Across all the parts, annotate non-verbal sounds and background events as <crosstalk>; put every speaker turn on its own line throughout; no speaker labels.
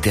te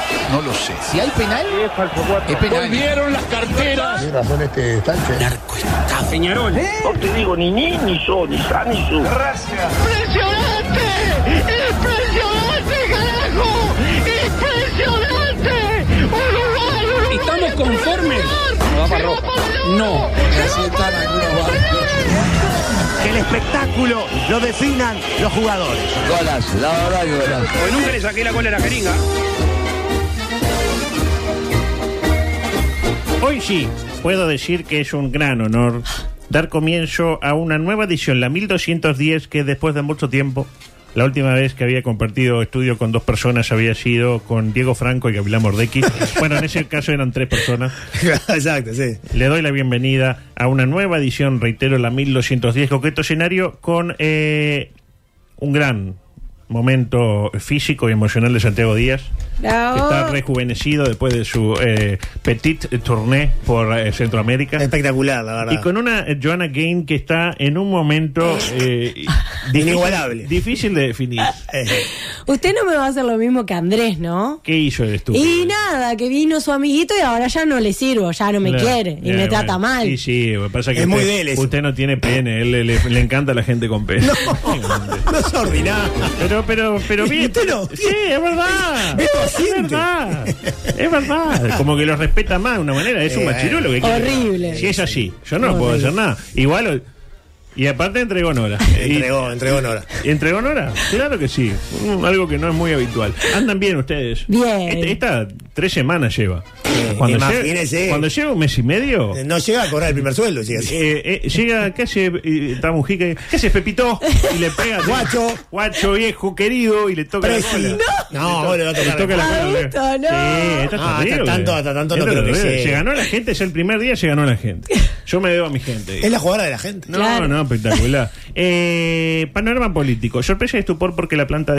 Si hay penal, es penal.
Volvieron las carteras.
Peñarol.
Eh,
No te digo ni ni, ni so, ni sa, ni su.
¡Impresionante! ¡Impresionante, carajo! ¡Impresionante! ¡Uruguay, Uruguay!
¿Estamos conformes?
No va para rojo.
No.
Así están algunos barrios.
Que el espectáculo lo definan los jugadores.
Golazo, la verdad que golazo.
Porque nunca le saqué la cola a la jeringa.
Hoy sí, puedo decir que es un gran honor dar comienzo a una nueva edición, la 1210, que después de mucho tiempo, la última vez que había compartido estudio con dos personas había sido con Diego Franco y Gabriela
<laughs>
Mordecki. bueno, en ese caso eran tres personas.
Exacto, sí.
Le doy la bienvenida a una nueva edición, reitero, la 1210 Coqueto Escenario, con eh, un gran momento físico y emocional de Santiago Díaz. que Está
Ah.
rejuvenecido después de su eh, petit tournée por eh, Centroamérica.
Espectacular, la verdad.
Y con una eh, Joanna Gain que está en un momento
<laughs>
eh, difícil-
Inigualable.
Difícil de definir.
Eh,
Usted no me va a hacer lo mismo que Andrés, ¿no?
¿Qué hizo el estúpido?
Y nada, que vino su amiguito y ahora ya no le sirvo, ya no me
Claro.
quiere y
Eh,
me
bueno.
trata mal.
Sí, sí, lo que pasa es que
Es muy
usted,
de él eso.
usted no tiene pene, él, le- le- le encanta a la gente con pene.
<laughs>
<laughs>
no es ordinario.
Pero, pero, pero
<laughs>
bien.
Usted no.
Sí, es verdad.
Esto
es
asiente.
verdad. Es verdad. Como que los respeta más de una manera. Es un
Eh,
machirulo que quiere.
Horrible.
Si es así, yo no puedo hacer nada. Igual. o- Y aparte entregó
<laughs>
Nora. Y-
Entregó, entregó Nora.
¿Entregó Nora? Claro que sí. Mm, Algo que no es muy habitual. ¿Andan bien ustedes?
Bien.
Este- Esta, tres semanas lleva.
imagínese.
Llega, cuando llega un mes y medio.
Eh, No llega a cobrar el primer sueldo, sigue así.
Eh, eh, llega, ¿qué hace? eh, está Mujica, y, ¿qué hace Pepito? Y le pega.
Guacho.
Guacho viejo, querido, y le toca la
Presi.
cola.
No, vos le va a
Le
tocar.
toca la cola.
Adulto, no.
Sí, esto es
Ah, hasta
terrible.
tanto- hasta tanto no
Esto
creo
es
que
terrible.
sea.
Se ganó la gente, es el primer día, se ganó la gente. Yo me debo a mi gente.
Es la jugada de la gente.
No,
Claro.
no, espectacular. Eh, panorama político. Sorpresa y estupor porque la planta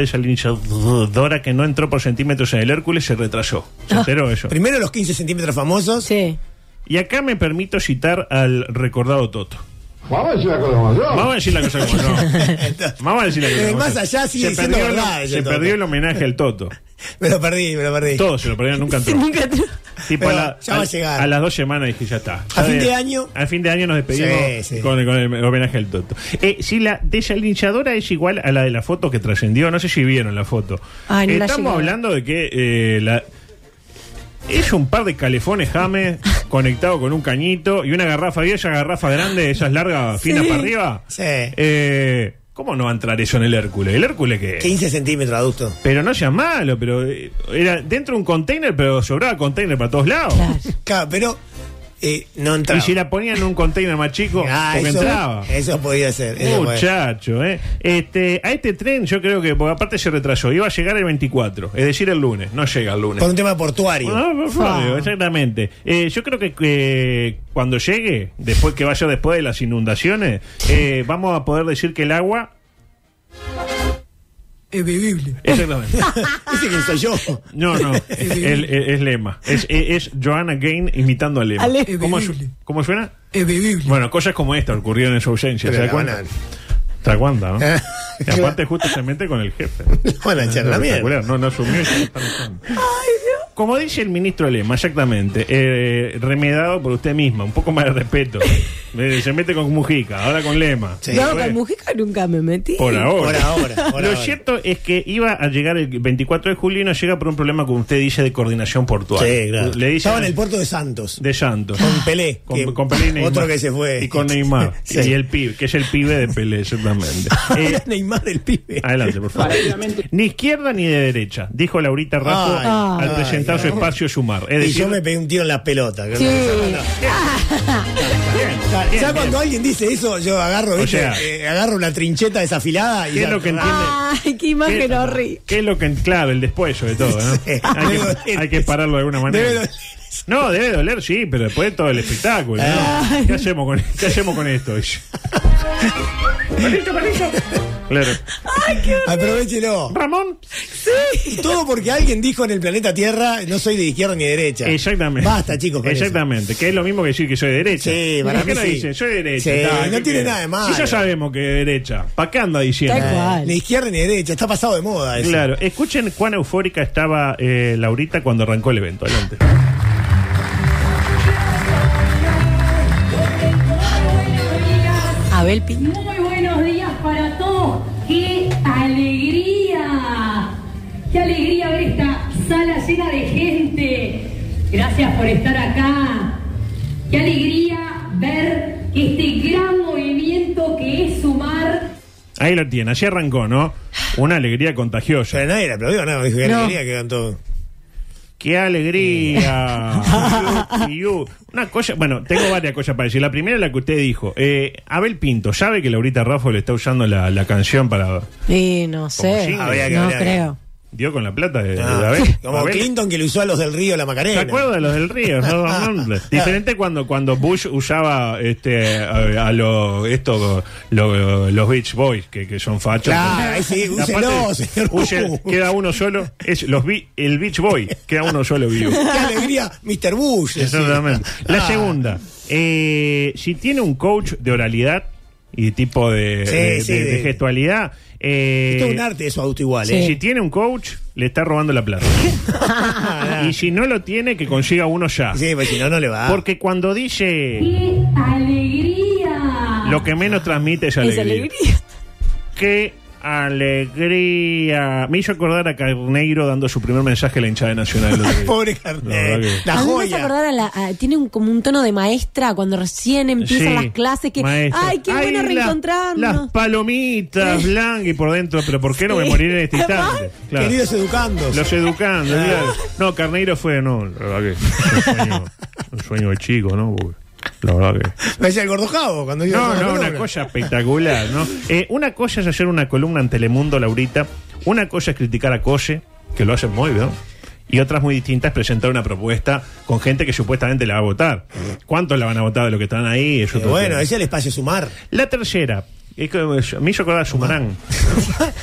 desalinizadora que no entró por centímetros en el Hércules se retrasó.
Ah.
¿Se enteró eso?
Primero los 15 centímetros famosos.
Sí.
Y acá me permito citar al recordado Toto. Vamos a decir la cosa como
<laughs>
son. Vamos a decir la cosa
Eh,
como
más
son.
allá sigue
Se
diciendo
perdió el-
verdades,
Se
el Toto.
perdió el homenaje al Toto.
Me lo perdí, me lo perdí.
Todos se lo perdieron, nunca entró.
Nunca tu-
Tipo a,
Pero
la-
ya va
a-
a llegar.
a las dos semanas dije ya está.
A
Ya
fin de año.
A fin de año nos despedimos
Sí, sí.
Con, con el homenaje al Toto. Eh, si la desalinchadora es igual a la de la foto que trascendió, no sé si vieron la foto.
Ay, Ah, no la llegué
Estamos
a ver.
hablando de que eh, la- es un par de calefones
<laughs>
James conectado con un cañito y una garrafa vieja, garrafa grande, esas
<laughs>
largas, finas para arriba.
Sí.
Eh, ¿Cómo no va a entrar eso en el Hércules? ¿El Hércules qué es?
15 centímetros, adulto.
Pero no sea malo, pero eh, era dentro de un container, pero sobraba container para todos lados.
Claro.
Claro, pero eh, no entraba.
Y si la ponían en un container más chico,
Ah,
porque
eso,
entraba.
eso podía ser. eso podía-
Muchacho, ¿eh? Este, a este tren yo creo que, porque aparte se retrasó, iba a llegar el 24, es decir, el lunes, no llega el lunes.
Por un tema portuario.
No, por favor, exactamente. Eh, yo creo que eh, cuando llegue, después que vaya después de las inundaciones, eh, vamos a poder decir que el agua...
Es vivible.
Exactamente.
<laughs> Ese que soy yo.
No, no, es, el- es- es Lema. Es, es- es Joanna Gain imitando a Lema.
A Lema.
¿Cómo, su- cómo suena?
Es vivible.
Bueno, cosas como esta ocurrieron en su ausencia. ¿Se
Pero
da
la
cuenta?
van
¿Se da cuenta,
<laughs>
no?
Ah,
Y
claro.
aparte, justo se mete con el jefe.
Van a echar <laughs> la mierda.
Ah, Espectacular, No, no asumió. y ya lo están echando. Como dice el ministro Lema, exactamente, eh, remedado por usted misma, un poco más de
<laughs>
respeto. Eh, se mete con Mujica, ahora con Lema.
Sí.
no,
Después,
con Mujica nunca me metí.
Por ahora.
Por ahora,
<laughs>
por
Lo
ahora.
cierto es que iba a llegar el 24 de julio y no llega por un problema, como usted dice, de coordinación portuaria.
Sí, claro.
Le dice
Estaba en el puerto de Santos.
de Santos.
Con Pelé.
Con,
que-
con Pelé y Neymar.
Otro que se fue.
Y con Neymar.
<laughs> Sí.
Y el pibe, que es el pibe de Pelé,
<laughs>
exactamente. Eh,
Era Neymar el pibe.
Adelante, por favor. Ni izquierda ni de derecha, dijo Laurita Raffo
Ay,
al
ay,
presentar su
ay.
espacio Sumar. Es
Y
decir,
yo me pegué un tiro en la pelota. que
Sí.
no me sacó nada.
bien, bien, bien,
ya
bien.
cuando alguien dice eso, yo agarro,
O
¿viste?
sea,
Eh, agarro una trincheta desafilada y
¿Qué es
ya-
lo que entiende?
Ay, qué imagen
¿Qué-
horrible.
¿Qué es lo que claro, el después sobre todo, ¿no? Hay, que, hay que pararlo de alguna manera.
Debe doler
no, debe doler, sí, pero después de todo el espectáculo, ¿no?
Ay.
¿Qué hacemos con, qué hacemos con esto?
Perrito, perrito.
Claro.
<laughs> Aprovechelo.
Ramón.
Sí. Todo porque alguien dijo en el planeta Tierra, no soy de izquierda ni derecha.
Exactamente.
Basta, chicos. con eso.
Exactamente, que es lo mismo que decir que soy derecha.
Sí, para
¿Por qué
mí
no
sí.
dicen? Soy derecha.
Sí,
tal,
no
¿qué
tiene
queda?
nada de malo.
Si ya sabemos que es derecha, ¿para qué anda diciendo? Eh,
Eh, Ni izquierda ni derecha, está pasado de moda eso.
Claro, escuchen cuán eufórica estaba eh, Laurita cuando arrancó el evento. Adelante.
Abel Pinto.
Muy buenos días para todos. ¡Qué alegría! ¡Qué alegría ver esta sala llena de gente! Gracias por estar acá. ¡Qué alegría ver este gran movimiento que es sumar!
Ahí lo tiene, así arrancó, ¿no? Una alegría contagiosa.
Pero nadie le aplaudió, no, dijo que
No.
alegría que cantó.
¡Qué alegría! Iu, iu. Una cosa, bueno, tengo varias cosas para decir. La primera es la que usted dijo. Eh, Abel Pinto, ¿sabe que Laurita Raffo le está usando la, la canción para.
Sí, no sé.
Como jingle.
No creo.
Dio con la plata de, de
Ah,
Abel?
Como
Abel.
Clinton que le usó a los del río la
¿Se
Macarena.
acuerda de los del río? No, no,
<laughs>
no. Diferente cuando, cuando Bush usaba este, a, a lo- esto, lo- los Beach Boys, que, que son fachos.
Claro, ahí sí,
Aparte, <laughs>
úselo, señor
use-
Bush.
queda uno solo, es los Be- el Beach Boy, queda uno solo
<laughs>
vivo.
¡Qué alegría,
<laughs>
Mr. Bush! decía.
Exactamente. La
Ah,
segunda, eh, si tiene un coach de oralidad y tipo de,
Sí,
de-
sí,
de- de
de-
gestualidad. eh,
Es todo un arte eso, auto igual,
Sí.
¿eh?
Si tiene un coach, le está robando la
<laughs>
plata. y si no lo tiene, que consiga uno ya.
Sí, pues si no, no le va.
Porque cuando dice
¡Qué alegría!
lo que menos transmite es
Es
alegría. Qué alegría. Me hizo acordar a Carneiro dando su primer mensaje a la hinchada de
<laughs>
nacional. el otro día.
Pobre Carneiro.
La verdad que-
La
a mí me hace
joya.
acordar a la. a- tiene un, como un tono de maestra cuando recién empiezan
Sí,
las clases. que
maestra.
¡Ay, qué bueno
la-
reencontrarnos!
Las palomitas blancas y por dentro, pero ¿por qué no me
Sí.
moriré en
<laughs>
este instante?
Además,
Claro.
Queridos Ah. educandos.
Los educando. claro. No, Carneiro fue, no, la verdad que un sueño, un sueño de chico, ¿no? Porque La verdad que...
Me decía el gordojavo cuando iba
No,
a
no,
la
una
palabra.
cosa espectacular, ¿no? Eh, una cosa es hacer una columna en Telemundo, Laurita. Una cosa es criticar a Cose, que lo hacen muy bien. Y otras muy distintas es presentar una propuesta con gente que supuestamente la va a votar. ¿Cuántos la van a votar de los que están ahí? Es
Eh,
otro
bueno,
tema.
ese es el
<laughs>
espacio sumar.
La tercera. es que me hizo acordar a Sumarán.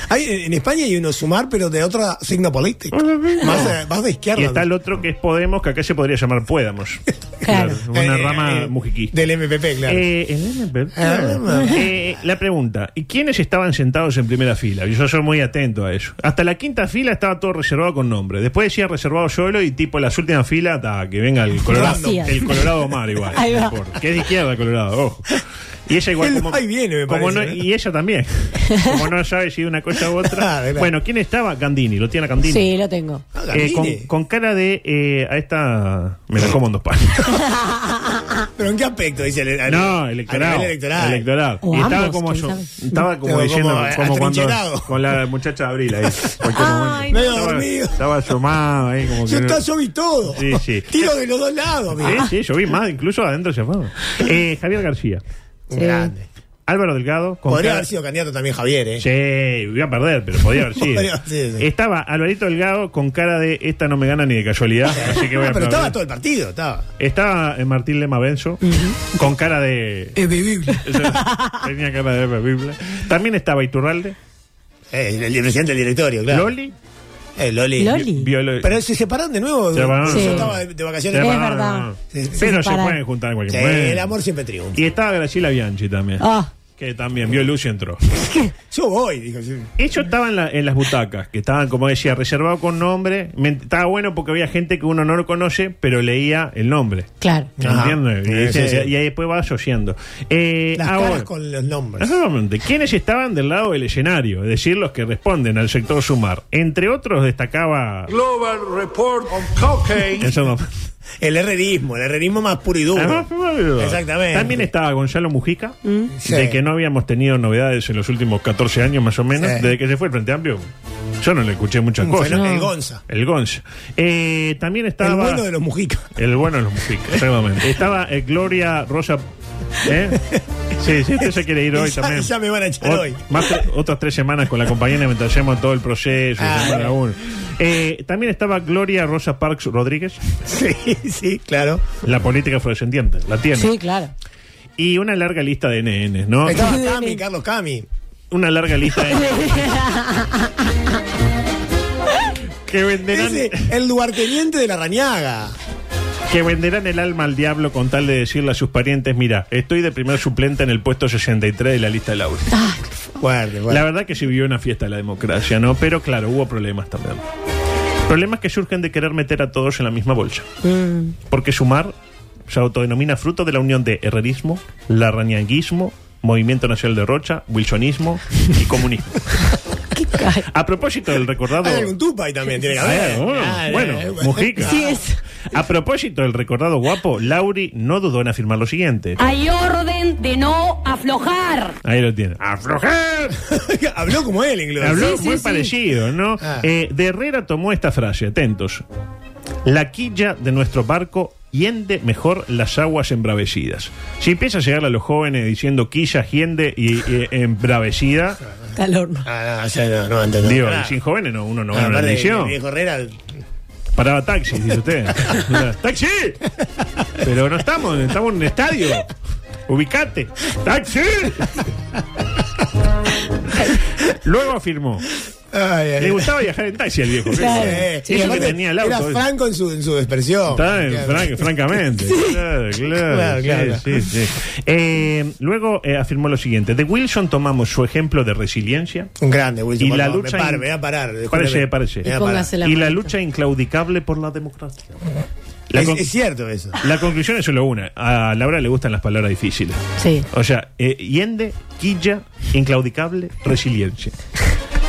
Hay, en España hay uno sumar, pero de otro signo político. Más, eh, más de izquierda.
Y está el otro que es Podemos, que acá se podría llamar Podemos. Claro, una
Eh,
rama
eh,
mujiquí.
Del MPP, claro.
Eh, el MPP.
Ah.
Eh, la pregunta, ¿y quiénes estaban sentados en primera fila? Yo soy muy atento a eso. Hasta la quinta fila estaba todo reservado con nombre. Después decía reservado solo y tipo las últimas filas, ta, que venga el Colorado,
Vacías.
el Colorado
<laughs>
Mar igual.
Ahí va.
no importa. que es de izquierda el Colorado, ojo. Y ella igual
<laughs> Él
como,
va y viene, me
como
parece, ¿eh? Ah,
no-
¿no?
y ella
<laughs>
también. Como no sabe si una cosa u otra. Bueno, ¿quién estaba? Gandini, lo tiene a Gandini.
Sí, lo tengo.
Ah,
Eh, con, con cara de eh, a esta me la como en dos panes.
¿Pero en qué aspecto? Dice el, al-
No,
a
electoral.
nivel electoral.
O
y estaba
ambos,
como
¿quién
yo-
sabe?
estaba como
Como-
diciendo
como
como, cuando
atrincherado.
con la muchacha de Abril ahí. Cualquier
Ay,
momento.
Medio
estaba,
dormido.
estaba asomado ahí como que
Yo,
no-
está, yo vi todo.
Sí, sí.
<laughs> Tiro de los dos lados,
Sí,
mira.
sí, yo vi más, incluso adentro se fue. Eh, Javier García.
Un Grande.
Álvaro Delgado. con
Podría
cara-
haber sido candidato también Javier, ¿eh?
Sí, voy a perder, pero podía
<laughs>
haber sido.
Podría haber sido, sí.
Estaba Alvarito Delgado con cara de esta no me gana ni de casualidad, así que voy a
<laughs> Ah, pero
perder.
estaba todo el partido, estaba.
Estaba eh, Martín Lema Benzo con cara de. <laughs>
Es vivible.
Tenía cara de Biblia. También estaba Iturralde.
Eh, el, el presidente del directorio, claro.
Loli.
Eh, Loli.
Loli. Vio- vio-
Pero se separaron de nuevo.
Se separaron.
Yo
Sí.
estaba de, de vacaciones.
Se Es separaron, verdad. no. Pero se
separaron.
pueden juntar en cualquier
Sí,
momento.
el amor siempre triunfa.
Y estaba Graciela Bianchi también.
Ah.
Que también vio luz y entró.
Yo voy, dijo. sí.
Ellos estaban en, la- en las butacas, que estaban, como decía, reservado con nombre. Me- estaba bueno porque había gente que uno no lo conoce, pero leía el nombre.
Claro.
Ajá.
¿Entiendes? Y,
Sí,
dice-
sí, sí.
y ahí después va asociando. Eh,
Las
ahora-
caras con los nombres.
Exactamente. ¿Quiénes estaban del lado del escenario? Es decir, los que responden al sector sumar. Entre otros destacaba.
Global Report on Cocaine.
Eso no-
El herrerismo, el herrerismo más puro y duro.
Además, fue más verdad.
Exactamente. Mm.
También estaba Gonzalo Mujica,
Sí.
de que no habíamos tenido novedades en los últimos 14 años más o menos,
Sí.
desde que se fue el Frente Amplio. Yo no le escuché muchas
Un
cosas.
fenómeno, el Gonza.
El Gonza. Eh, también estaba.
El bueno de los Mujica. <laughs>
El bueno de los Mujica, exactamente. Estaba eh, Gloria Rosa ¿Eh? Sí, si usted se quiere ir hoy
Ya-
también.
ya me van a echar hoy.
Más tre- otras tres semanas con la compañera mientras hacemos todo el proceso. y
Ah.
llamar a uno. Eh, también estaba Gloria Rosa Parks Rodríguez.
Sí, sí, claro.
La política afrodescendiente, la tiene.
Sí, claro.
Y una larga lista de NNs, ¿no?
Estaba
<laughs>
Cami, Carlos Cami.
Una larga lista de que venderán,
Ese, el lugarteniente de la rañaga.
que venderán el alma al diablo con tal de decirle a sus parientes, mira, estoy de primer suplente en el puesto 63 de la lista de la URSS".
Fuerte, fuerte.
La verdad que se vivió una fiesta de la democracia, ¿no? Pero claro, hubo problemas también. Problemas que surgen de querer meter a todos en la misma bolsa.
Mm.
Porque Sumar se autodenomina fruto de la unión de herrerismo, larrañanguismo, Movimiento Nacional de Rocha, wilsonismo y comunismo.
<laughs>
a propósito del recordado...
Hay algún tupa ahí también, tiene que haber.
Ah, bueno,
Ah,
bueno,
eh,
Mujica.
Sí es.
A propósito del recordado guapo, Lauri no dudó en afirmar lo siguiente.
Ah.
Hay orden de no aflojar.
Ahí lo tiene. ¡Aflojar!
<laughs> Habló como él, incluso.
Habló
Sí, sí,
muy
sí.
parecido, ¿no?
Ah.
Eh, de Herrera tomó esta frase, atentos. La quilla de nuestro barco hiende mejor las aguas embravecidas. Si empieza a llegar a los jóvenes diciendo quilla, hiende y, y, embravecida,
Está <laughs> al horno.
Ah, no, ya no, no entendí.
digo,
Pará.
y sin jóvenes no, uno no
Ah,
gana una
aparte,
elección.
el viejo Herrera,
Paraba taxi, dice usted.
<laughs>
¡Taxi! Pero no estamos, estamos en un estadio. Ubicate.
<laughs>
¡Taxi! Luego afirmó.
ay, ay,
Le gustaba viajar en taxi al viejo.
Claro.
Eh,
Eso que
aparte,
tenía el auto.
Era franco en su, en su expresión.
Está bien,
Claro.
fran- francamente. Claro, claro.
Claro,
sí,
claro.
sí, sí. Eh, luego eh, afirmó lo siguiente. De Wilson tomamos su ejemplo de resiliencia.
Un grande, Wilson.
Y
por
la
favor,
lucha
Me, paro,
in-
me voy a parar.
Parece,
discúlpeme.
parece.
Me voy a parar.
Póngase la
y la
manito.
lucha inclaudicable por la democracia. La
Es,
con-
es cierto eso.
La conclusión es solo una. A Laura le gustan las palabras difíciles.
Sí.
O sea, eh, hiende, quilla, inclaudicable, resiliencia.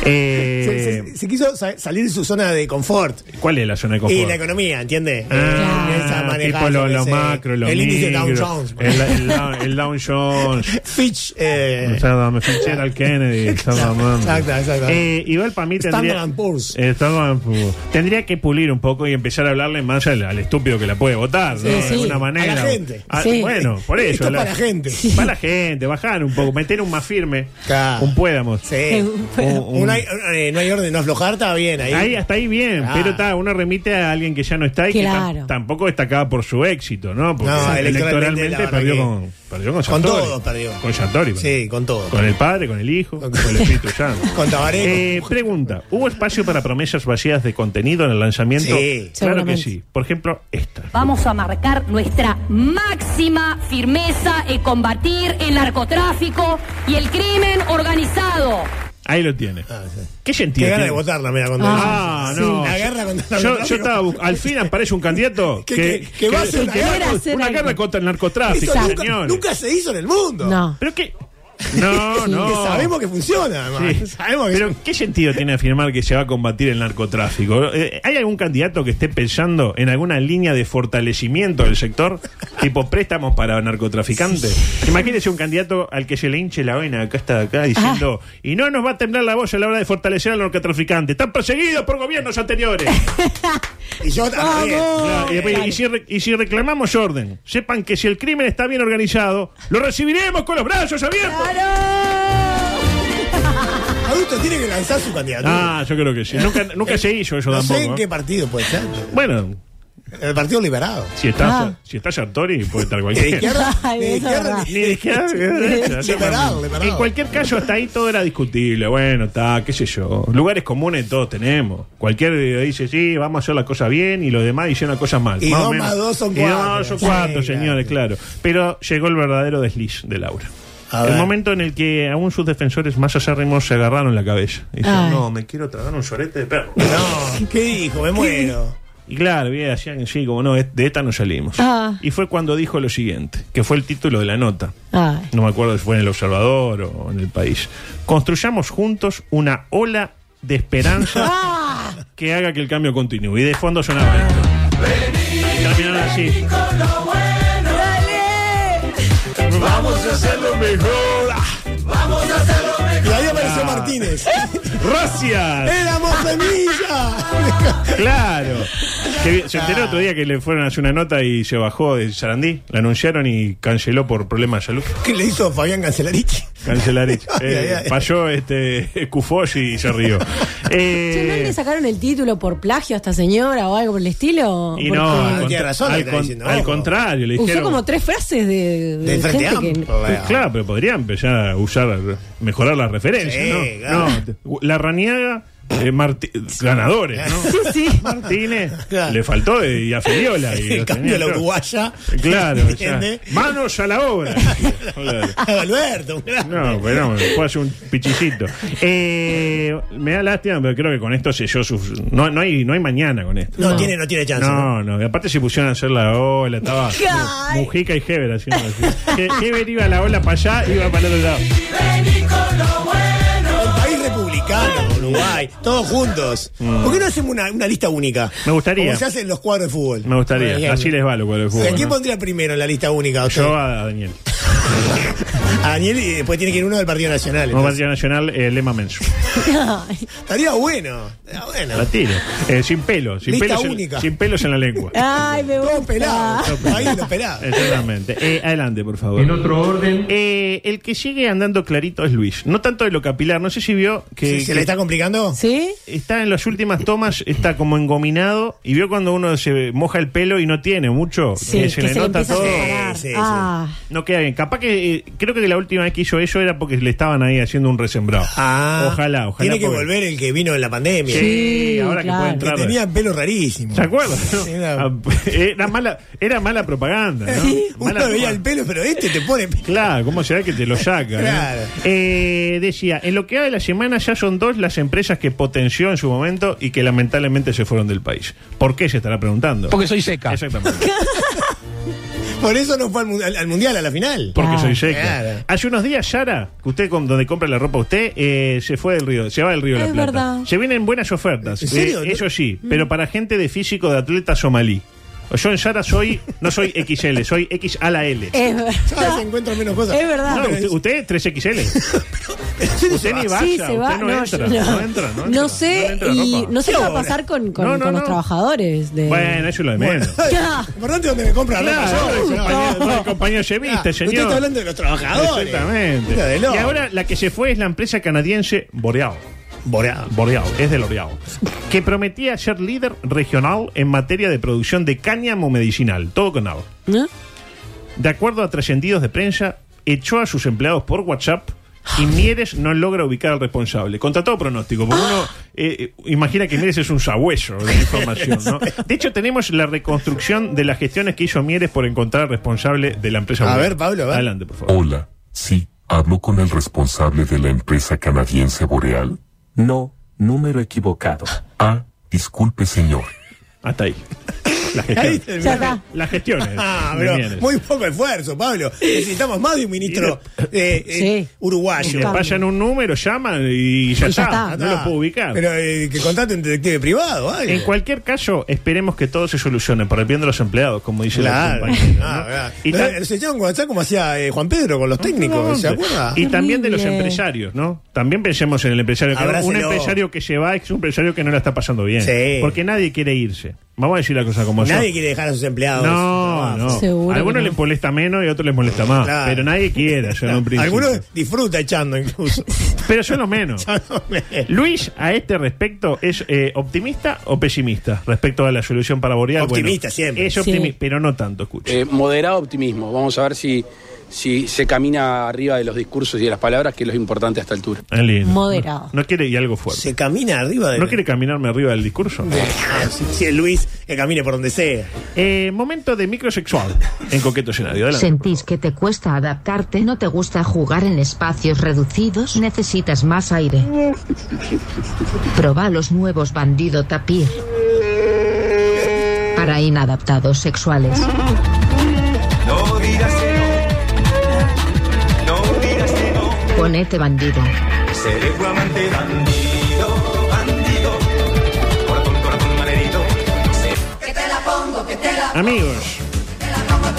Eh,
se, se- se quiso sa- salir de su zona de confort.
¿Cuál es la zona de confort?
Y la economía, ¿entiendes?
Ah,
Eh, empieza a manejar,
tipo lo,
yo qué
lo
sé,
macro, lo
El índice
micro,
Dow Jones.
El, el, Dow- el Dow Jones.
Fitch. <laughs> Eh,
O sea, me fiché al
<laughs>
Kennedy.
Exacto, exacto, exacto.
Eh, igual para mí tendría,
Standard Poor's.
Eh, Standard and Poor's. tendría que pulir un poco y empezar a hablarle más al, al estúpido que la puede votar, ¿no? De
sí.
alguna
A la
manera.
gente.
Ah,
Sí.
Bueno, por eso.
Esto es para la gente.
Para la gente, bajar un poco, meter un más firme.
Claro.
Un puédamos. <laughs>
sí. Un- hay- eh, no hay orden de no aflojar, está bien ahí.
Ahí hasta ahí bien,
Ah.
pero ta, uno remite a alguien que ya no está y que
Claro.
tam- tampoco destacaba por su éxito, ¿no? Porque
No,
electoralmente,
electoralmente, la verdad
perdió,
que-
con, perdió con
Con
Sartori.
todos perdió.
Con Sartori.
Sí, con todo.
Con el padre, con el hijo, con,
Con-
el Espíritu Santo.
<laughs> Con Tabaré, con-
Eh, pregunta, ¿hubo espacio para promesas vacías de contenido en el lanzamiento?
Sí.
claro que
Seguramente.
sí. Por ejemplo, esta.
Vamos a marcar nuestra máxima firmeza en combatir el narcotráfico y el crimen organizado.
Ahí lo tiene.
Ah, sí.
¿Qué
Qué
sentido
ganas de
tiene?
votarla, mira, cuando
Ah, no.
La guerra contra el
yo, yo
narcotráfico.
estaba bu- Al fin aparece un candidato
<laughs> Que- que- que va a hacer una guerra.
una,
Hacer algo.
guerra contra el narcotráfico,
Eso nunca,
señores.
nunca se hizo en el mundo.
No.
¿Pero qué?
<laughs>
No,
Sí.
no.
Que sabemos que funciona, además.
Sí.
<laughs> Sabemos que
Pero ¿qué sentido tiene afirmar que se va a combatir el narcotráfico? Eh, ¿Hay algún candidato que esté pensando en alguna línea de fortalecimiento del sector? Tipo préstamos para narcotraficantes. Imagínese un candidato al que se le hinche la vena acá está acá diciendo y no nos va a temblar la voz a la hora de fortalecer al narcotraficante. Están perseguidos por gobiernos anteriores.
Y yo también.
Claro, y, después, y si re- y si reclamamos orden, sepan que si el crimen está bien organizado, lo recibiremos con los brazos abiertos.
Adulto tiene que lanzar su candidatura.
Ah, yo creo que sí.
<laughs>
Nunca, nunca se hizo eso
no
tampoco.
sé en
¿eh?
qué partido puede ser.
Bueno,
El Partido Liberado.
si está,
Ah.
si está Sartori, puede estar
Ni de
cualquiera.
izquierda,
<laughs> Ay,
ni de
eso es
izquierda,
verdad.
ni
Ni de
<laughs>
izquierda, ni de derecha,
Liberado, liberado.
En cualquier caso, hasta ahí todo era discutible. Bueno, está, qué sé yo. Lugares comunes todos tenemos. Cualquier dice, sí, vamos a hacer la cosa bien y los demás hicieron las cosas mal.
Y
o
dos
menos.
más dos son
Y dos
cuatro.
más dos son
Sí,
cuatro,
claro.
señores, claro. Pero llegó el verdadero desliz de Laura.
A
El
ver.
momento en el que aún sus defensores más acérrimos se agarraron la cabeza. Y dijeron,
Ay.
no, me quiero tragar un sorete de perro.
No, ¿qué dijo? Me muero.
Y claro, bien, hacían sí, como no, es- de esta no salimos.
Ah.
Y fue cuando dijo lo siguiente, que fue el título de la nota.
Ay.
No me acuerdo si fue en El Observador o en El País. Construyamos juntos una ola de esperanza
<laughs> Ah,
que haga que el cambio continúe. Y de fondo sonaba esto. Y terminaron así.
Vamos a hacerlo mejor.
Y ahí apareció Martínez. <laughs>
¡Gracias!
Eh.
¡Éramos semilla! <laughs>
Claro. Que
Ah.
se enteró otro día que le fueron a hacer una nota y se bajó de Sarandí. La anunciaron y canceló por problemas de salud.
¿Qué le hizo Fabián Cancelarich?
Cancelarich.
<laughs> Ay, ay,
Eh,
ay.
falló este <laughs> Cufoshi y se rió. Eh,
Che, ¿No le sacaron el título por plagio a esta señora o algo por el estilo?
y no, al,
Porque
Ah, tiene
contra-
razón lo que
al
está
con-
diciendo,
al
ojo.
contrario, le
Usó
dijeron.
como tres frases de, de
De frente
gente que-
amplio.
Pues claro, pero podría empezar a usar, mejorar las referencias,
Sí,
¿no?
claro.
No, la Raniaga, eh, Marti- ganadores,
<laughs>
¿no?
Sí, sí.
Martínez,
Claro.
le faltó eh, y a Fabiola.
<laughs>
Y lo
En cambio,
tenía,
la
claro.
uruguaya.
Claro, o sea,
¿entiende?
manos a la
<laughs>
obra. Claro.
Alberto, un gran-
No, pero no, puede hacer un pichicito. Eh, me da lástima, pero creo que con esto selló sus. No, no, hay, no hay mañana con esto.
No, tiene, no tiene chance. ¿no?
No, no, y aparte se pusieron a hacer la ola,
<laughs>
estaba
Ay.
Mujica y Heber haciendo así. He- Heber iba a la ola para allá, iba para el otro lado.
Un país
Mm.
republicano, Uruguay, todos juntos. ¿Por qué no hacemos una, una lista única?
Me gustaría.
Como se hacen los cuadros de fútbol.
Me
Por
gustaría,
ejemplo.
así les va lo cual el
¿A
fútbol,
quién
¿no?
pondría primero en la lista única? usted?
Yo a Daniel.
A Daniel y después tiene que ir uno del Partido Nacional.
Como
entonces.
Partido Nacional, eh, Lema Mensu.
Ay.
Estaría bueno. Estaría bueno.
La tiro. Eh, sin pelo, sin
Lista
pelos, en,
única.
sin pelos en la lengua.
Ay, me
Todos
gusta.
pelados. Ahí los pelados.
Exactamente. Eh, adelante, por favor. En otro orden. el que sigue andando clarito es Luis. No tanto de lo capilar. No sé si vio que,
¿Se, se le
que
está complicando?
¿Sí?
está en las últimas tomas, está como engominado. Y vio cuando uno se moja el pelo y no tiene mucho.
Sí,
que
que
se le
le
nota
empieza a
todo.
separar.
Sí, sí, sí.
Ah,
No queda bien. Capaz que eh, creo que la última vez que hizo eso era porque le estaban ahí haciendo un resembrado.
Ah.
Ojalá, ojalá.
Tiene que
porque-
volver el que vino en la pandemia.
Sí,
Sí,
ahora que
claro.
puede
Que
entrar.
tenía pelo rarísimo.
¿Se acuerdan? no? <laughs>
Era-
Ah, Era mala, era mala propaganda. ¿no?
Uno
Ah, Mala
veía
propaganda.
el pelo, pero este te pone.
Claro, ¿cómo será que te lo saca? no?
Claro.
Eh, decía, en lo que va de la semana ya son dos las empresas que potenció en su momento y que lamentablemente se fueron del país. ¿Por qué se estará preguntando?
Porque soy seca.
Exactamente.
Por eso no fue al, mu- al- al mundial, a la final.
Porque soy seca.
Claro.
Hace unos días, Yara, que usted con- donde compra la ropa usted, eh, se fue del río, se va del río de la
Es
Plata.
verdad. Mm.
Se vienen buenas ofertas.
¿En serio?
eh, eso sí, pero para gente de físico de atleta somalí. Yo en Yara soy, no soy XL, soy X a la L.
es
Cada vez
verdad.
encuentro menos cosas.
Es verdad.
No,
Ah, pero
usted,
es-
usted es 3XL. usted ni vaya,
Sí, se
usted
va.
no, entra,
yo
no. entra, no entra.
No sé,
No entra la
y
ropa.
no sé qué va a
Ahora.
pasar con, con,
No, no,
con los
no.
trabajadores. De...
Bueno, eso es lo de
Bueno,
menos.
Ya.
Importante donde me compra la ropa.
Claro, el
yo, ¿no?
compañero,
no.
el compañero llevista,
Ah,
señor.
Usted está hablando de los trabajadores.
Exactamente.
Mira, de
Y
loco.
ahora la que se fue es la empresa canadiense Boreal.
Ah.
Boreal. Boreal, es de L'Oreal. Que prometía ser líder regional en materia de producción de cáñamo medicinal. Todo con agua.
¿No?
De acuerdo a trascendidos de prensa, echó a sus empleados por WhatsApp y Mieres no logra ubicar al responsable. Contra todo pronóstico, porque uno eh, eh, imagina que Mieres es un sabueso de la información. ¿no? De hecho, tenemos la reconstrucción de las gestiones que hizo Mieres por encontrar al responsable de la empresa.
A
Google.
ver, Pablo, a ver.
Adelante, por favor.
Hola, sí, hablo con el responsable de la empresa canadiense Boreal. No, número equivocado. Ah, disculpe señor.
Hasta ahí. Las
Ahí
gestiones.
termina.
Ya está.
Las gestiones
Ah,
de
pero
Mieres.
muy poco
<laughs>
esfuerzo, Pablo. Necesitamos más de un ministro eh, eh,
Sí.
Si
uruguayo. Ah,
le pasan un número, llaman y ya,
Ya
está.
está.
No los puedo ubicar.
Pero eh, que contrate un detective privado, algo.
En cualquier caso, esperemos que todo se solucione por el bien de los empleados, como dice
Claro.
la compañera. ¿no?
Ah, verdad.
Y,
Lo-
ta-
Se echaron con WhatsApp como hacía eh, Juan Pedro con los técnicos, ¿se acuerda?
y también de los
Horrible.
empresarios, ¿no? También pensemos en el empresario. que- un
Abrázelo.
empresario que se va es un empresario que no la está pasando bien.
Sí.
Porque nadie quiere irse. Vamos a decir la cosa como
Nadie
son.
quiere dejar a sus empleados.
No, no.
Seguro
A algunos
que no.
les molesta menos y a otros les molesta más.
Claro.
Pero nadie quiere hacer un principio.
<laughs> Algunos disfruta
<laughs>
echando incluso.
Pero son los menos. Luis, a este respecto, ¿es eh, optimista o pesimista respecto a la solución para Boreal? Bueno,
Optimista siempre.
Es optimista,
Sí.
pero no tanto, escucha.
Eh, moderado optimismo. Vamos a ver si, si se camina arriba de los discursos y de las palabras, que es lo importante a esta altura.
Ah, lindo.
Moderado.
No, no quiere y algo fuerte.
Se camina arriba de.
¿No quiere caminarme arriba del discurso?
Ah, si, si Luis que camine por donde sea.
Eh, momento de microsexual en coqueto escenario. Adelante.
¿Sentís que te cuesta adaptarte? ¿No te gusta jugar en espacios reducidos? ¿Necesitas más aire? Proba los nuevos Bandido Tapir. Para inadaptados sexuales. Ponete bandido.
Amigos,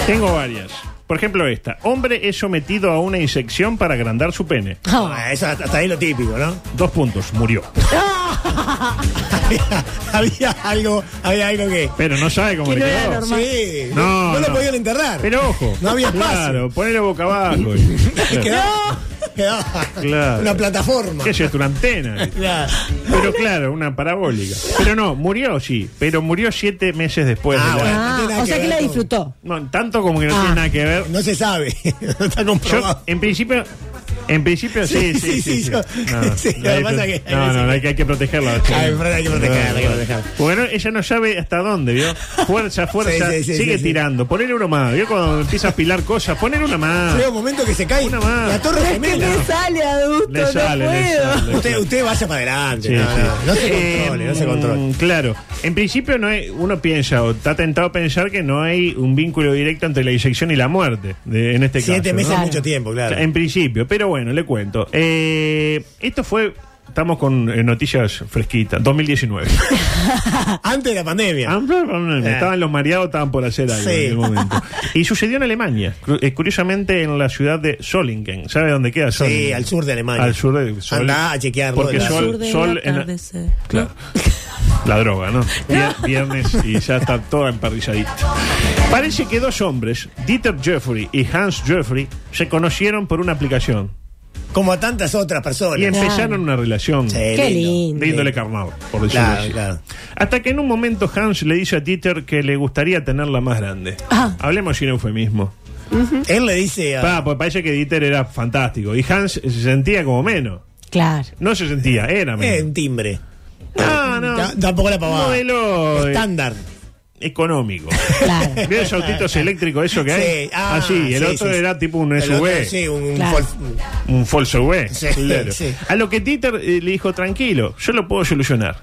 tengo varias. Por ejemplo, esta. Hombre es sometido a una insección para agrandar su pene.
<laughs>
Ah, eso hasta hasta ahí lo típico, ¿no?
Dos puntos, murió.
había, había algo, había algo que.
Pero no sabe cómo
Que
le
no era
quedó.
normal. Sí, no lo podían enterrar.
Pero ojo.
No había espacio.
Claro, ponele boca
<laughs>
abajo.
quedó, quedó
Claro.
una plataforma.
¿Qué es esto? Una
<laughs>
antena.
Claro.
Pero claro, una parabólica. Pero no, murió, sí. Pero murió siete meses después. de la-
Ah, o sea que la disfrutó.
No, tanto como que no
Ah.
tiene nada que ver.
No se sabe. <laughs> no está comprobado.
Yo, eh, en principio. En principio, sí, sí,
Sí,
sí.
sí, sí,
sí.
yo-
No,
<laughs> sí,
la
lo que
disfrut-
pasa que-
no, no, hay que, hay que protegerla. chico.
Ay, Fran, hay que protegerla, hay que protegerla.
Porque no- ella no sabe hasta dónde, ¿vio? Fuerza, fuerza,
Sí, sí, sí,
sigue
sí, sí.
tirando. Poner uno más, ¿vio? Cuando empieza a apilar cosas, poner una más.
Llega un momento que se cae
Una más.
la torre gemela.
sale, adulto?
Le sale, le sale.
Usted, usted vaya para adelante.
Sí,
no,
sí.
Ah, no, no se
Eh,
controle, no se controle.
mm, Claro. En principio no hay- uno piensa o está tentado a pensar que no hay un vínculo directo entre la disección y la muerte, de- en este caso.
Siete meses
¿no?
es mucho tiempo, claro.
En principio, pero bueno, le cuento. Eh, esto fue, estamos con eh, noticias fresquitas,
<laughs>
2019.
Antes de la pandemia.
Ah, bla, bla, bla,
Eh.
Estaban los mareados, estaban por hacer algo
Sí.
en el momento. Y sucedió en Alemania, cru- eh, curiosamente en la ciudad de Solingen. ¿Sabe dónde queda Solingen?
al sur de Alemania.
Al sur de Solingen.
Andá a chequearlo.
Porque
Al
Sol,
sur de
Sol en- Claro. La droga, ¿no? Vier- Viernes y ya está toda emparrilladita. Parece que dos hombres, Dieter Jeffrey y Hans Jeffrey, se conocieron por una aplicación
Como a tantas otras personas.
y empezaron una relación
Sí,
Qué lindo.
de índole carnal, por decirlo
Claro,
así.
claro.
Hasta que en un momento Hans le dice a Dieter que le gustaría tenerla más grande.
Ah.
Hablemos sin eufemismo.
Él le dice a.
Pa, pues parece que Dieter era fantástico y Hans se sentía como menos.
Claro.
No se sentía, era
Eh,
menos.
un timbre.
No, no.
Ta- Tampoco la pavada.
Ah, Modelo, eh,
Estándar.
económico.
Claro.
<laughs> ¿Vio esos autitos eléctricos eso que hay?
Sí, ah,
Así, el
sí,
otro
sí, sí.
era tipo un
El
SUV.
otro, sí, un, un
Claro.
Ford-
Un falso güey.
Sí,
Claro.
sí.
A lo que Dieter eh, le dijo, tranquilo, yo lo puedo solucionar.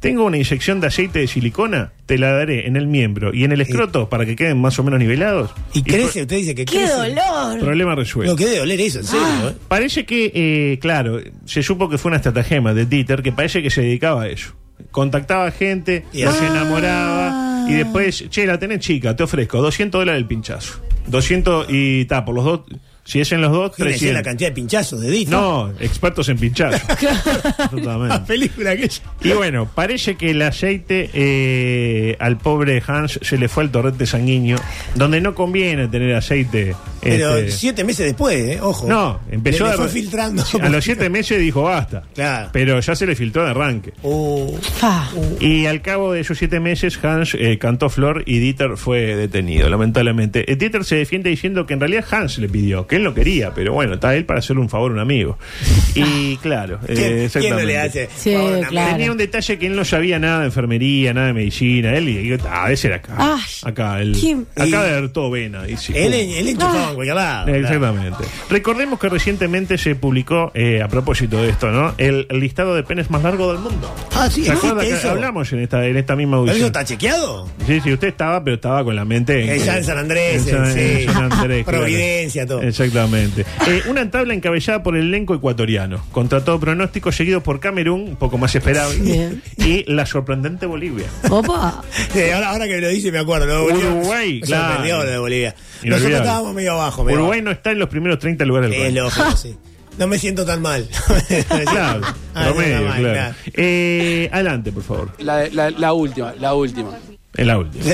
Tengo una inyección de aceite de silicona, te la daré en el miembro y en el escroto para que queden más o menos nivelados.
Y crece,
pro-
usted dice que
¡Qué
crece.
dolor! Ah.
Problema resuelto.
Lo que debe doler eso, en serio. ¿eh?
Parece que, eh, claro, se supo que fue una estratagema de Dieter que parece que se dedicaba a eso. Contactaba gente,
Y
los
así.
enamoraba y después, che, la tenés chica, te ofrezco 200 dólares el pinchazo. 200 y ta, por los dos, si es en los dos,
Imagínese
300.
la cantidad de pinchazos de Dito.
No, expertos en
<laughs>
pinchazos. <laughs>
La <laughs>
Totalmente.
película aquella.
Y bueno, parece que el aceite eh, al pobre Hans se le fue al torrente sanguíneo, donde no conviene tener aceite.
Pero
este,
siete meses después, ¿eh? ojo.
no, empezó
Le- le
a-
fue filtrando.
A
<laughs>
los siete meses dijo basta.
Claro.
Pero ya se le filtró de arranque.
Oh.
Fa.
Y al cabo de esos siete meses, Hans eh, cantó Flor y Dieter fue detenido, lamentablemente. Eh, Dieter se defiende diciendo que en realidad Hans le pidió, que él no quería, pero bueno, está él para hacerle un favor a un amigo.
<laughs>
Y claro, eh,
¿Quién, quién no
exactamente.
le hace?
Sí,
favor a una-
claro.
Tenía un detalle que él no sabía nada de enfermería, nada de medicina. Él, y- ah, ese era acá.
Ay,
acá, él,
¿quién?
acá de Arto Vena. y sí,
Él,
pum.
él enchufaba en cualquier lado.
Ah. Eh, Exactamente. Recordemos que recientemente se publicó, eh, a propósito de esto, ¿no? El listado de penes más largo del mundo.
Ah, sí,
¿Se acuerda que
¿existe eso?
hablamos en esta, en esta misma
¿Pero ¿Eso
audición?
está chequeado? <laughs>
Sí, sí, usted estaba, pero estaba con la mente
Eh, ya en San Andrés,
en San-
sí.
en San
<laughs>
Andrés, claro.
Providencia, todo.
Exactamente. Eh, una tabla encabezada por el elenco ecuatoriano, contra todo pronóstico, seguido por Camerún, un poco más esperable,
Bien.
y la sorprendente Bolivia.
Opa.
Eh, ahora, ahora que me lo dice me acuerdo. lo de Bolivia.
Uruguay,
Me
claro.
sorprendió lo de Bolivia.
Inolvidable.
Nosotros estábamos medio abajo. medio
Uruguay no está en los primeros 30 lugares
abajo.
del
Es
ranking. <laughs>
lógico, sí. No me siento tan mal. <laughs> No me siento-
Claro,
Ah, no,
promedio,
está mal,
claro.
claro.
Eh, adelante, por favor.
La, la- la última, la última.
En la última.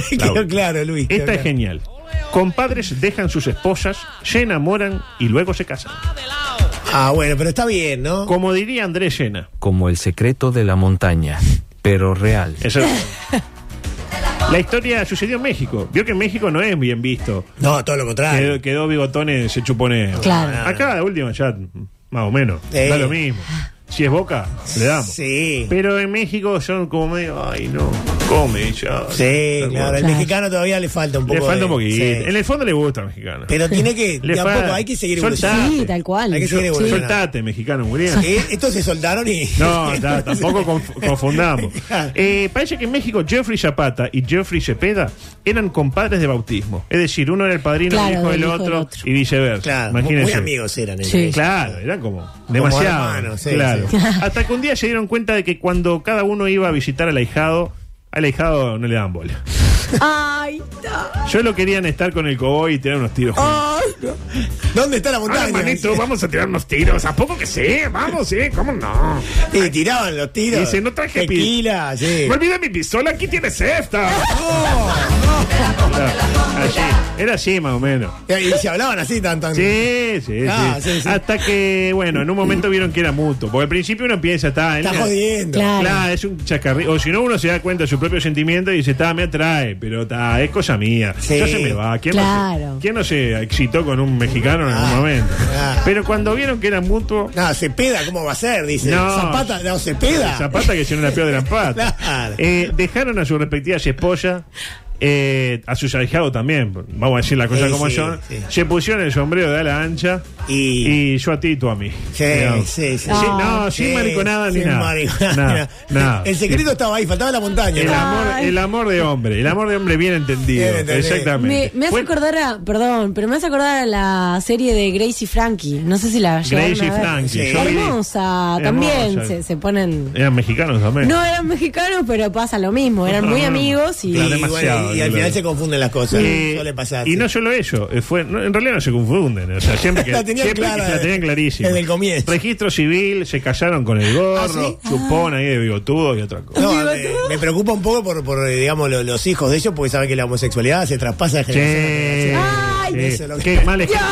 <laughs> Quedó claro, Luis. quedó
Esta es
claro.
genial. Compadres dejan sus esposas, se enamoran y luego se casan.
Ah, bueno, pero está bien, ¿no?
Como diría Andrés Llena.
Como el secreto de la montaña, pero real.
Eso- La historia sucedió en México. Vio que en México no es bien visto. Eh,
No, todo lo contrario.
Quedó, quedó bigotones, se chupone.
Claro.
Acá, de última, ya más o menos.
Eh.
Da lo mismo. Si es boca, le damos.
Sí.
Pero en México son como medio, ay, no, come ya.
Sí,
Tal
claro.
cual.
El
Claro.
mexicano todavía le falta un
Le
poco.
falta un
de-
poquito.
sí.
En el fondo le gusta al mexicano.
Pero tiene que.
<laughs> Le
tampoco
falta.
hay que seguir
Soltá.
evolucionando.
Sí, tal cual.
Hay que seguir
Sí.
evolucionando.
Soltate, mexicano muriendo.
Eh, estos se soldaron y.
No, ta- tampoco
<laughs>
conf- confundamos. Eh, parece que en México Jeffrey Zapata y Jeffrey Cepeda eran compadres de bautismo. Es decir, uno era el padrino
Claro,
del hijo del otro,
otro.
y viceversa.
Claro, muy-
Imagínense.
muy amigos eran. entre
Sí.
ellos.
Claro, eran como demasiado.
hermanos, sí,
claro.
sí.
<laughs>
Hasta que un día se dieron cuenta de que cuando cada uno iba a visitar al ahijado, al ahijado no le daban bola.
Ay, no.
Yo lo querían estar con el coboy y tirar unos tiros. juntos.
¿Dónde está la montaña?
Ahora, manito, vamos a tirar unos tiros. ¿A poco que sí? Vamos, sí, ¿cómo no?
Y tiraban los tiros.
Dice, no traje pi-
Tequila, sí.
Me olvidé mi pistola, aquí tienes
<laughs>
esta.
Así. Era así más o menos.
Y se hablaban así, tan, tan.
Sí, sí,
Ah,
sí.
sí, sí.
Hasta que, bueno, en un momento vieron que era mutuo. Porque al principio uno piensa, está.
Está
él-
jodiendo.
Claro.
Claro.
es un chacarrillo. O si no, uno se da cuenta de su propio sentimiento y dice, está, me atrae, pero está, es cosa mía.
Sí.
Ya se me va. ¿Quién, no
Claro.
se, ¿Quién no se excitó con un mexicano en
Ah,
algún momento? Pero cuando vieron que era mutuo.
No, Cepeda, ¿cómo va a ser? Dice.
No.
Zapata, no, Cepeda.
Zapata que tiene una piedra en pata.
<laughs> Claro.
Eh, dejaron a sus respectivas esposas. eh, a sus ahijados también, vamos a decir las cosas
Sí,
como
sí,
son.
sí.
Se pusieron el sombrero de ala ancha y, yo a ti y tú a mí.
Sí,
Digamos.
sí, sí.
no, sin
Sí,
mariconada ni
sin
nada.
mariconada, <laughs>
Nada,
nada.
nada.
El secreto estaba ahí, faltaba la montaña.
El
¿no?
amor, el amor de hombre, el amor de hombre bien entendido.
Bien entendido.
Me,
Exactamente.
me hace
Fue-
acordar a, perdón, pero me hace acordar a la serie de Gracie Frankie. No sé si la llegaron
Gracie
a ver.
Frankie,
Sí.
yo vi.
Hermosa,
Hermosa.
también se, se ponen.
Eran mexicanos también.
No eran mexicanos, pero pasa lo mismo. Eran muy amigos y.
Claro,
Y, bueno,
demasiado,
y al
claro.
final se confunden las cosas.
Eh,
suele pasar. <laughs>
y no solo eso, eh, fue, no, en realidad no se confunden, o sea, siempre que,
La tenían
siempre que
clara
se la tenían clarísima.
desde el comienzo.
Registro civil, se casaron con el gorro,
¿Ah, sí?
chupón ahí de bigotudo y otra cosa.
No, me, me preocupa un poco por, por, eh, digamos, lo- los hijos de ellos, porque saben que la homosexualidad se traspasa de generación.
Che,
Ay,
che,
eso es lo que-
qué mal ejemplo,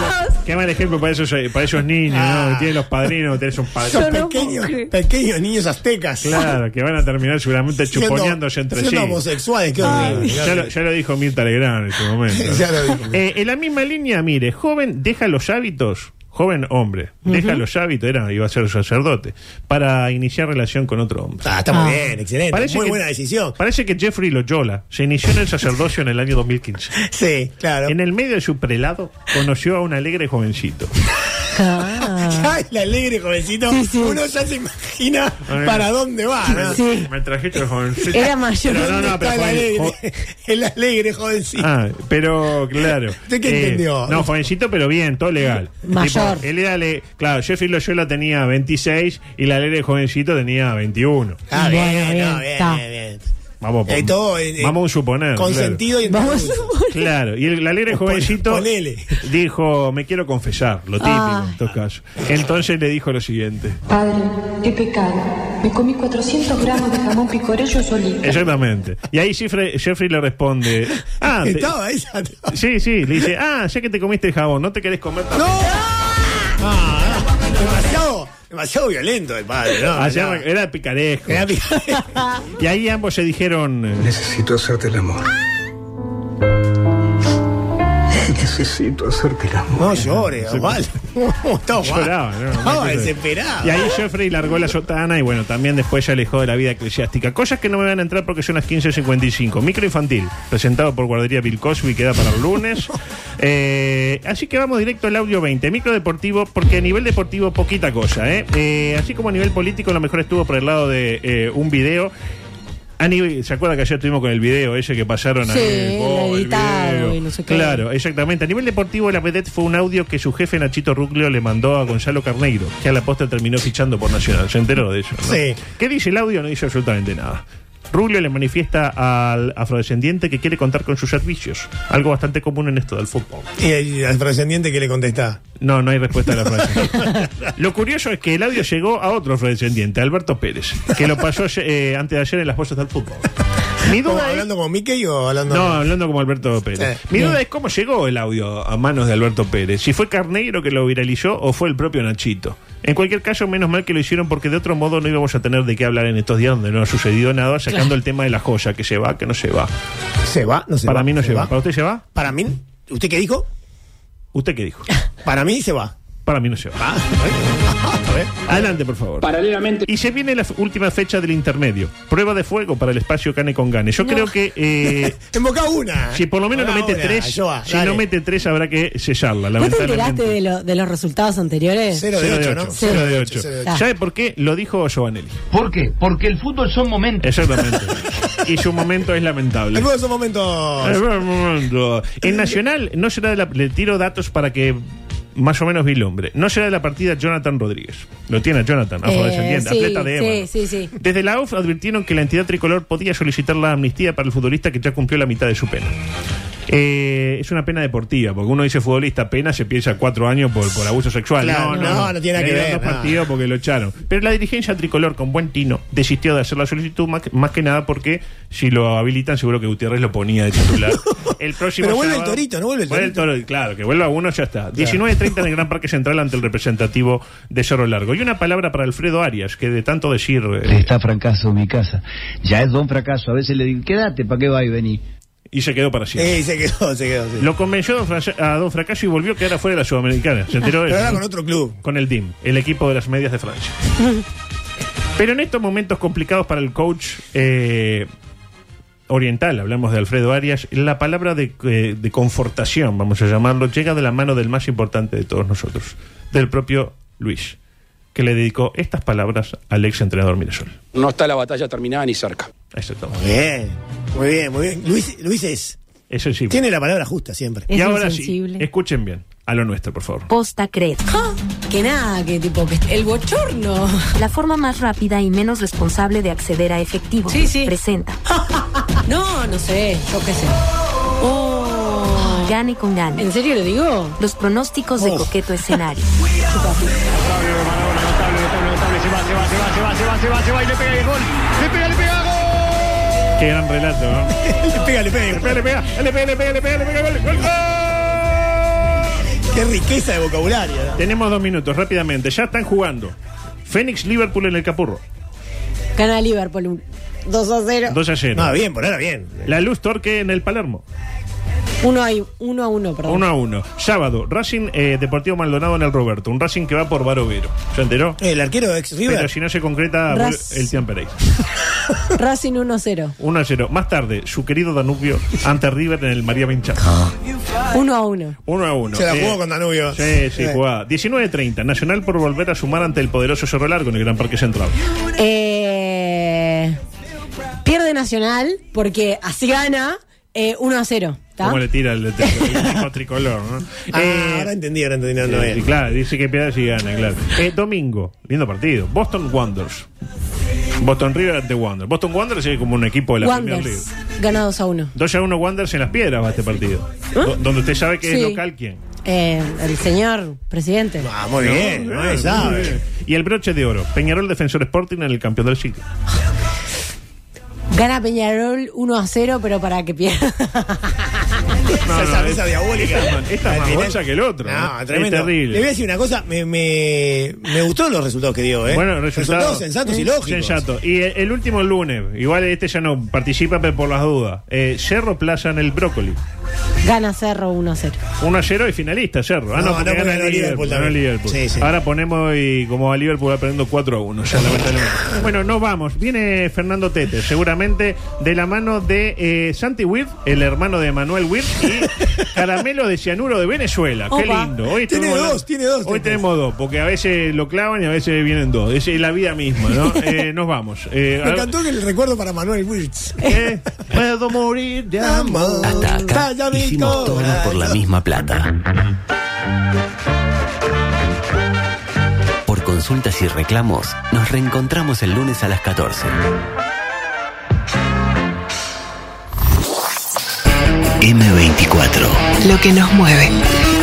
qué mal ejemplo para esos, eh, para esos niños,
Ah.
¿no? Que tienen los padrinos, tenés un
Son
padrino.
pequeños, pequeños niños aztecas.
Claro, que van a terminar seguramente
<laughs> Siendo-
chuponeándose entre
siendo
sí.
homosexuales, qué horrible.
Ay. Ya lo, ya lo dijo Mirta Legrand en su
<laughs>
momento.
Ya lo dijo.
Eh, en la misma línea, mire, joven deja los hábitos, joven hombre, deja los hábitos, era, iba a ser sacerdote, para iniciar relación con otro hombre.
Ah, está muy bien, excelente. Muy buena
decisión. Parece que Jeffrey Loyola se inició en el sacerdocio en el año 2015.
Sí, claro.
En el medio de su prelado conoció a un alegre jovencito.
<laughs> Ya el alegre jovencito, uno ya se imagina
Ah,
para dónde va. Ah, ¿no?
Me, me trajiste el jovencito.
Era mayor.
Pero no,
¿Dónde
no, pero
está
joven-
el alegre?
jo-
<laughs> El alegre jovencito.
Ah, pero
<laughs>
claro. Eh,
¿Usted qué entendió?
No, jovencito, pero bien, todo legal.
Mayor.
Tipo, él era le- claro, Jeffrey Loyola tenía 26 y la ley de jovencito tenía 21.
Ah, bien, no, bien, bien, bien.
Vamos, por-
Eh, todo, eh, eh,
vamos a un suponer.
Con
claro.
sentido y Vamos
Claro, y el, la
<laughs>
alegre jovencito dijo, me quiero confesar, lo típico
Ay.
en todo caso. Entonces le dijo lo siguiente.
Padre, he pecado. Me comí 400 gramos de jamón picorello solito.
Exactamente. Y ahí Jeffrey, Jeffrey le responde,
<laughs>
ah, te-
Estaba esa.
sí, sí, le dice, ah, ya que te comiste el jabón, ¿no te querés comer también?
Ah, no, demasiado, demasiado violento el padre, ¿no?
Allá
no.
Ah, Era picaresco. y ahí ambos se dijeron.
Necesito hacerte el amor. Necesito hacerte el amor.
No llores, mal. <laughs> Estaba mal.
Lloraba, ¿no?
Estaba
Una cosa-
desesperado.
Y ahí Jeffrey largó la sotana y bueno, también después se alejó de la vida eclesiástica. Cosas que no me van a entrar porque son las 15.55. Micro infantil, presentado por Guardería Bill Cosby, queda para el
<laughs>
lunes. Eh, así que vamos directo al audio 20. Micro deportivo, porque a nivel deportivo poquita cosa, ¿eh? Eh, así como a nivel político, lo mejor estuvo por el lado de eh, un video. A nivel- ¿Se acuerda que ayer estuvimos con el video ese que pasaron
Sí,
ahí? Oh,
lo
el
editado
video.
y no sé qué.
Claro, exactamente. A nivel deportivo, la PEDET fue un audio que su jefe Nachito Ruclio le mandó a Gonzalo Carneiro, que a la posta terminó fichando por Nacional. Se enteró de eso. ¿no?
Sí.
¿Qué dice el audio? No dice absolutamente nada. Ruglio le manifiesta al afrodescendiente que quiere contar con sus servicios, algo bastante común en esto del fútbol.
Y el afrodescendiente que le contesta.
No, no hay respuesta a la frase.
<laughs>
Lo curioso es que el audio llegó a otro afrodescendiente, Alberto Pérez, que lo pasó eh, antes de ayer en las bolsas del fútbol. Mi duda
¿Cómo,
es-
¿Hablando como Mickey o hablando.?
No, Eh, hablando como Alberto Pérez.
Sí.
Mi duda
Bien.
es cómo llegó el audio a manos de Alberto Pérez. Si fue Carneiro que lo viralizó o fue el propio Nachito. En cualquier caso, menos mal que lo hicieron porque de otro modo no íbamos a tener de qué hablar en estos días donde no ha sucedido nada, sacando el tema de la joya, que se va, que no se va.
¿Se va? No se
Para
va,
mí no se,
se
va.
va.
¿Para usted se va?
Para mí, ¿usted qué dijo?
¿Usted qué <laughs> dijo?
Para mí se va.
Para mí no se va. <laughs> Adelante, por favor.
Paralelamente.
Y se viene la f- última fecha del intermedio. Prueba de fuego para el espacio Cane con Gane. Yo
No.
creo que. eh,
Emboca
¿Ah?
una.
Si por lo menos no
Ahora,
mete tres,
Joa,
si
dale.
no mete tres habrá que sellarla,
¿No te
lamentablemente.
enteraste de, lo- de los resultados anteriores?
Cero de ocho,
Cero.
cero de ocho.
Cero de ocho.
¿Sabe por qué? Lo dijo Giovanelli. ¿Por qué? Porque el fútbol son momentos. Exactamente. y su momento es lamentable.
Algunos de esos momentos.
Es buen momento. En Nacional no será de la... Le tiro datos para que más o menos vi el hombre. No será de la partida Jonathan Rodríguez. Lo tiene Jonathan, afrodescendiente,
Eh, sí,
atleta de ébano.
Sí, sí, sí.
Desde la UF advirtieron que la entidad tricolor podía solicitar la amnistía para el futbolista que ya cumplió la mitad de su pena. Eh, es una pena deportiva, porque uno dice futbolista, pena se piensa cuatro años por, por abuso sexual.
Claro,
no, no,
no, no tiene nada que
Le dieron
ver,
dos
no.
partidos porque lo echaron. Pero la dirigencia tricolor, con buen tino, desistió de hacer la solicitud, más, que- más que nada porque si lo habilitan, seguro que Gutiérrez lo ponía de
<laughs>
titular. el próximo
Pero vuelve el
sábado-
torito, ¿no vuelve el
Vuelve
torito?
toro, claro, que vuelva uno, ya está. 19.30 en el Gran Parque Central ante el representativo de Cerro Largo. Y una palabra para Alfredo Arias, que de tanto decir. eh,
Está fracaso mi casa. Ya es don fracaso. A veces le digo, quédate, ¿para qué va y vení?
Y se quedó para siempre.
Sí, se quedó, se quedó. sí.
Lo convenció a don Fra- a Don Fracaso y volvió a quedar afuera de la Sudamericana. ¿Se enteró de eso?
Pero ahora con otro club.
Con el DIM, el equipo de las medias de Francia. Pero en estos momentos complicados para el coach eh, oriental, hablamos de Alfredo Arias, la palabra de, eh, de confortación, vamos a llamarlo, llega de la mano del más importante de todos nosotros, del propio Luis, que le dedicó estas palabras al ex entrenador Mirasol.
No está la batalla terminada ni cerca.
Exactamente.
Muy bien, muy bien, muy bien. Luis, Luis es.
Es sensible.
Tiene la palabra justa siempre.
<laughs> y ahora sí, escuchen bien, a lo nuestro, por favor.
Posta Cred.
Ah, Que nada, que tipo, que el bochorno. <laughs>
La forma más rápida y menos responsable de acceder a efectivo.
Sí, sí.
Presenta.
No, no sé, yo qué sé. Oh. Ah.
Gane con gane.
¿En serio lo digo?
Los pronósticos de coqueto escenario.
Qué gran relato, ¿no?
le pega, le pega.
Le pega, le pega, le pega, le pega, le pega, le pega, gol, gol.
Qué riqueza de vocabulario. ¿no?
Tenemos dos minutos, rápidamente. Ya están jugando. Fénix Liverpool en el Capurro.
Gana Liverpool 2 a 0.
2 a 0.
No, bien, por ahora bien.
La Luz Torque en el Palermo.
1 a 1, a uno, perdón.
1 a 1. Sábado, Racing eh, Deportivo Maldonado en el Roberto. Un Racing que va por Barovero. ¿Se enteró?
El arquero ex
Pero
River.
si no se concreta,
Rac-
vuelve el Tian Pereira.
Racing 1 a 0.
1 a 0. Más tarde, su querido Danubio ante River en el María Vincha.
1 a 1.
1 a 1.
Se la jugó con Danubio.
Sí, sí,
Eh.
jugada. 19.30. Nacional por volver a sumar ante el poderoso Cerro Largo en el Gran Parque Central.
Eh, pierde Nacional porque así gana eh, 1 a 0. ¿Está?
¿Cómo le tira el, tri- el equipo tricolor? ¿no?
Ah,
Eh,
ahora entendí, ahora entendí. No, no,
sí,
bien.
claro, dice que pierde si gana, claro. Eh, domingo, lindo partido. Boston Wanderers. Boston River ante Wanderers. Boston Wanderers es como un equipo de la Premier
Wanderers.
League.
Gana 2 a 1.
2 a 1 Wanderers en las piedras va este partido. Do- Donde usted sabe que es
Sí.
local quién.
Eh, el señor presidente.
Ah, muy bien, no,
muy
sabe.
bien. Y el broche de oro. Peñarol Defensor Sporting en el campeón del
<laughs>
sitio.
Gana Peñarol 1 a 0, pero para que pierda. <laughs>
Esa
no,
sonrisa
es-
diabólica.
esta es más- esta es
Al
más
final-
bocha que el otro, ¿no?
No,
Es
tremendo.
terrible.
Le voy a decir una cosa, me, me, me gustó los resultados que dio, ¿eh?
Bueno, resultado,
sensatos y lógicos.
Sensato. Y el, el último el lunes, igual este ya no participa, pero por las dudas. Eh, Cerro Plaza en el Brócoli.
Gana Cerro 1 a 0.
1 a 0 y finalista, Cerro. Ah, no,
No,
porque
no, porque
gana
ganó
Liverpool.
Liverpool
ganó
también.
Liverpool.
Sí, sí.
Ahora ponemos y como a Liverpool va perdiendo 4 a 1.
<laughs>
ya, lamentablemente. bueno, nos vamos. Viene Fernando Tete, seguramente de la mano de eh, Santi Wirt, el hermano de Manuel Wirt,
<laughs>
y Caramelo de Cianuro de Venezuela. Qué
Opa.
lindo. Hoy
Tiene
estuvimos
dos,
hablando-
tiene dos,
Hoy
tiene
tenemos dos, porque a veces lo clavan y a veces vienen dos. Es la vida misma,
<laughs>
¿no? Eh, nos vamos. Eh,
Me
a-
encantó que el recuerdo para Manuel Wirtz.
eh, puedo morir de amor.
Hasta acá
Vaya mi
hicimos todo por la misma plata. Por consultas y reclamos, nos reencontramos el lunes a las 14. M24.
Lo que nos mueve.